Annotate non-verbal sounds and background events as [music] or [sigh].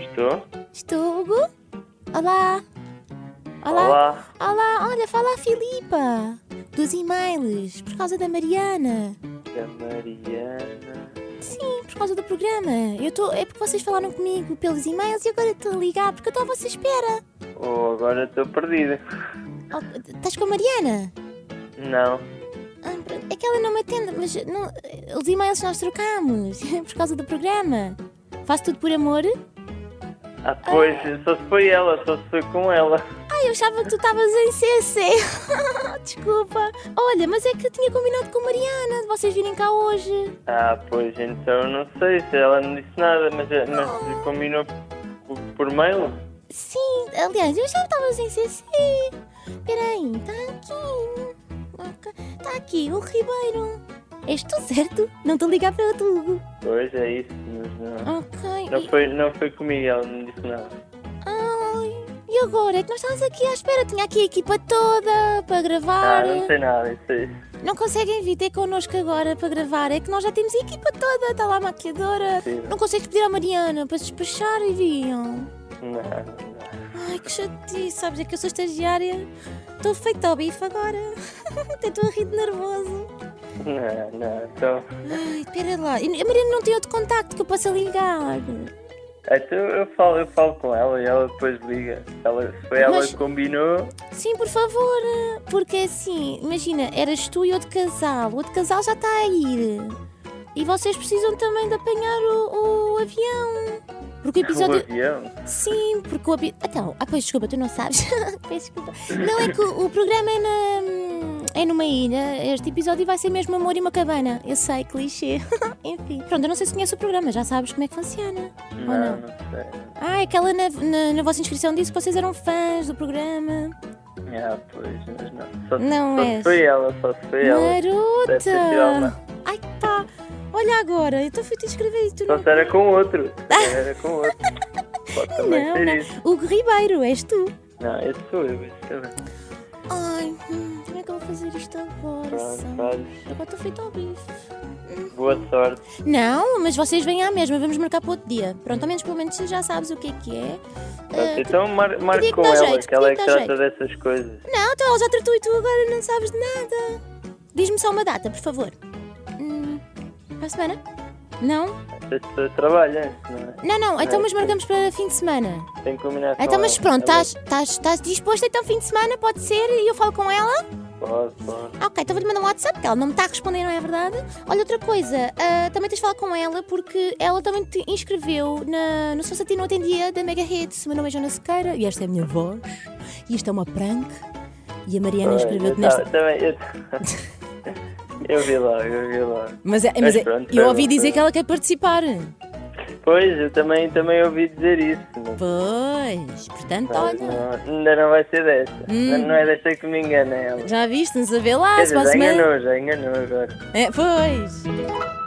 Estou? Estou, Hugo? Olá! Olá! Olá. Olá, olha, fala a Filipa! Dos e-mails, por causa da Mariana. Da É Mariana. Sim, por causa do programa. Eu tô, é porque vocês falaram comigo pelos e-mails e agora estou a ligar porque eu estou à vossa espera. Oh, agora estou perdida. Oh, estás com a Mariana? Não. Ah, pronto, É que ela não me atende, mas não, os e-mails nós trocamos [laughs] por causa do programa. Faz tudo por amor? Ah, pois, só se foi ela, só se foi com ela. Ai, eu achava que tu estavas em CC. [laughs] Desculpa. Olha, mas é que eu tinha combinado com a Mariana de vocês virem cá hoje. Ah, pois, então não sei se ela não disse nada, mas, mas combinou por, por mail? Sim, aliás, eu já estava sem CC. Peraí, está aqui. Está aqui, o Ribeiro. És tu certo? Não estou a ligar para tu, Hugo. Pois, é isso, mas Ah, não. Ok. Não foi, não foi comigo, ela não disse nada. Ai, e agora? É que nós estamos aqui à espera. Tinha aqui a equipa toda para Ah, gravar. não sei nada, isso aí. Não conseguem vir ter connosco agora para gravar. É que nós já temos a equipa toda. Está lá a maquiadora. Sim. Não consegues pedir à Mariana para se despachar e vinham. Não, não. Ai, que chatice, sabes? É que eu sou estagiária. Estou feita ao bife agora. [laughs] Até estou a rir de nervoso. Não, não, então. Ai, espera lá. E A Mariana não tem outro contacto que eu possa ligar. Então eu falo, eu falo com ela e ela depois liga. Ela, foi ela Mas- que combinou. Sim, por favor. Porque assim, imagina, eras tu e outro casal. O outro casal já está a ir. E vocês precisam também de apanhar o, o avião. Porque o O episódio. avião. Sim, porque o avião. Então, ah, pois desculpa, tu não sabes. [laughs] Peço desculpa. Não, é que o, o programa é, na, é numa ilha. Este episódio vai ser mesmo Amor e uma Cabana. Eu sei, clichê. [laughs] Enfim. Pronto, eu não sei se conhece o programa, já sabes como é que funciona. Ou Não, não? não sei. Ah, aquela na, na, na vossa inscrição disse que vocês eram fãs do programa. Ah, pois, mas não. Só, Não é só és. foi ela, só foi é ela. Deve ter sido Marota! ela. Ai pá! Olha agora, eu estou a te escrever e tu Só não. se era com outro. Se era com [laughs] outro. Pode também Não, ser não. isso. Hugo Ribeiro, és tu. Não, esse sou eu, esse sou eu. Ai, hum, como é que eu vou fazer isto agora? Pronto, Sam? vale. Agora estou feito ao bife. Boa sorte. Não, mas vocês vêm à mesma, vamos marcar para outro dia. Pronto, ao menos pelo menos já sabes o que é que é. Ah, Pronto, então mar, marca que com dá ela, jeito, que ela é que podia que trata dá dessas coisas. Não, então ela já tratou e tu agora não sabes de nada. Diz-me só uma data, por favor. Hum, para a semana? Não? Essa pessoa trabalha, não é? Tá Não, não, então Não, mas sim. marcamos para fim de semana. Tem que combinar com Então, ela. mas pronto, Ela- estás, estás, estás disposto então fim de semana, pode ser, e eu falo com ela? Pode, pode. Ah, Ok, então vou-lhe mandar um WhatsApp, que ela não me está a responder, não é verdade? Olha, outra coisa, ah, também tens de falar com ela, porque ela também te inscreveu na, no Sonsatino Ontem Dia da Mega Hits. O meu nome é Joana Sequeira, e esta é a minha voz, e isto é uma prank, e a Mariana Pois, é eu inscreveu-te nesta... tava- também, eu, [laughs] eu vi logo, eu vi logo. Mas, é- mas Mas é- pronto, eu ouvi pronto, dizer pronto. que ela quer participar. Pois, eu também, também ouvi dizer isso. mas- Pois, portanto, mas olha, não, ainda não vai ser desta. Hum. Não, não é desta que me engana ela. já viste-nos a ver lá, é. Quer se para dizer, a já semana... enganou, já enganou agora. É, pois...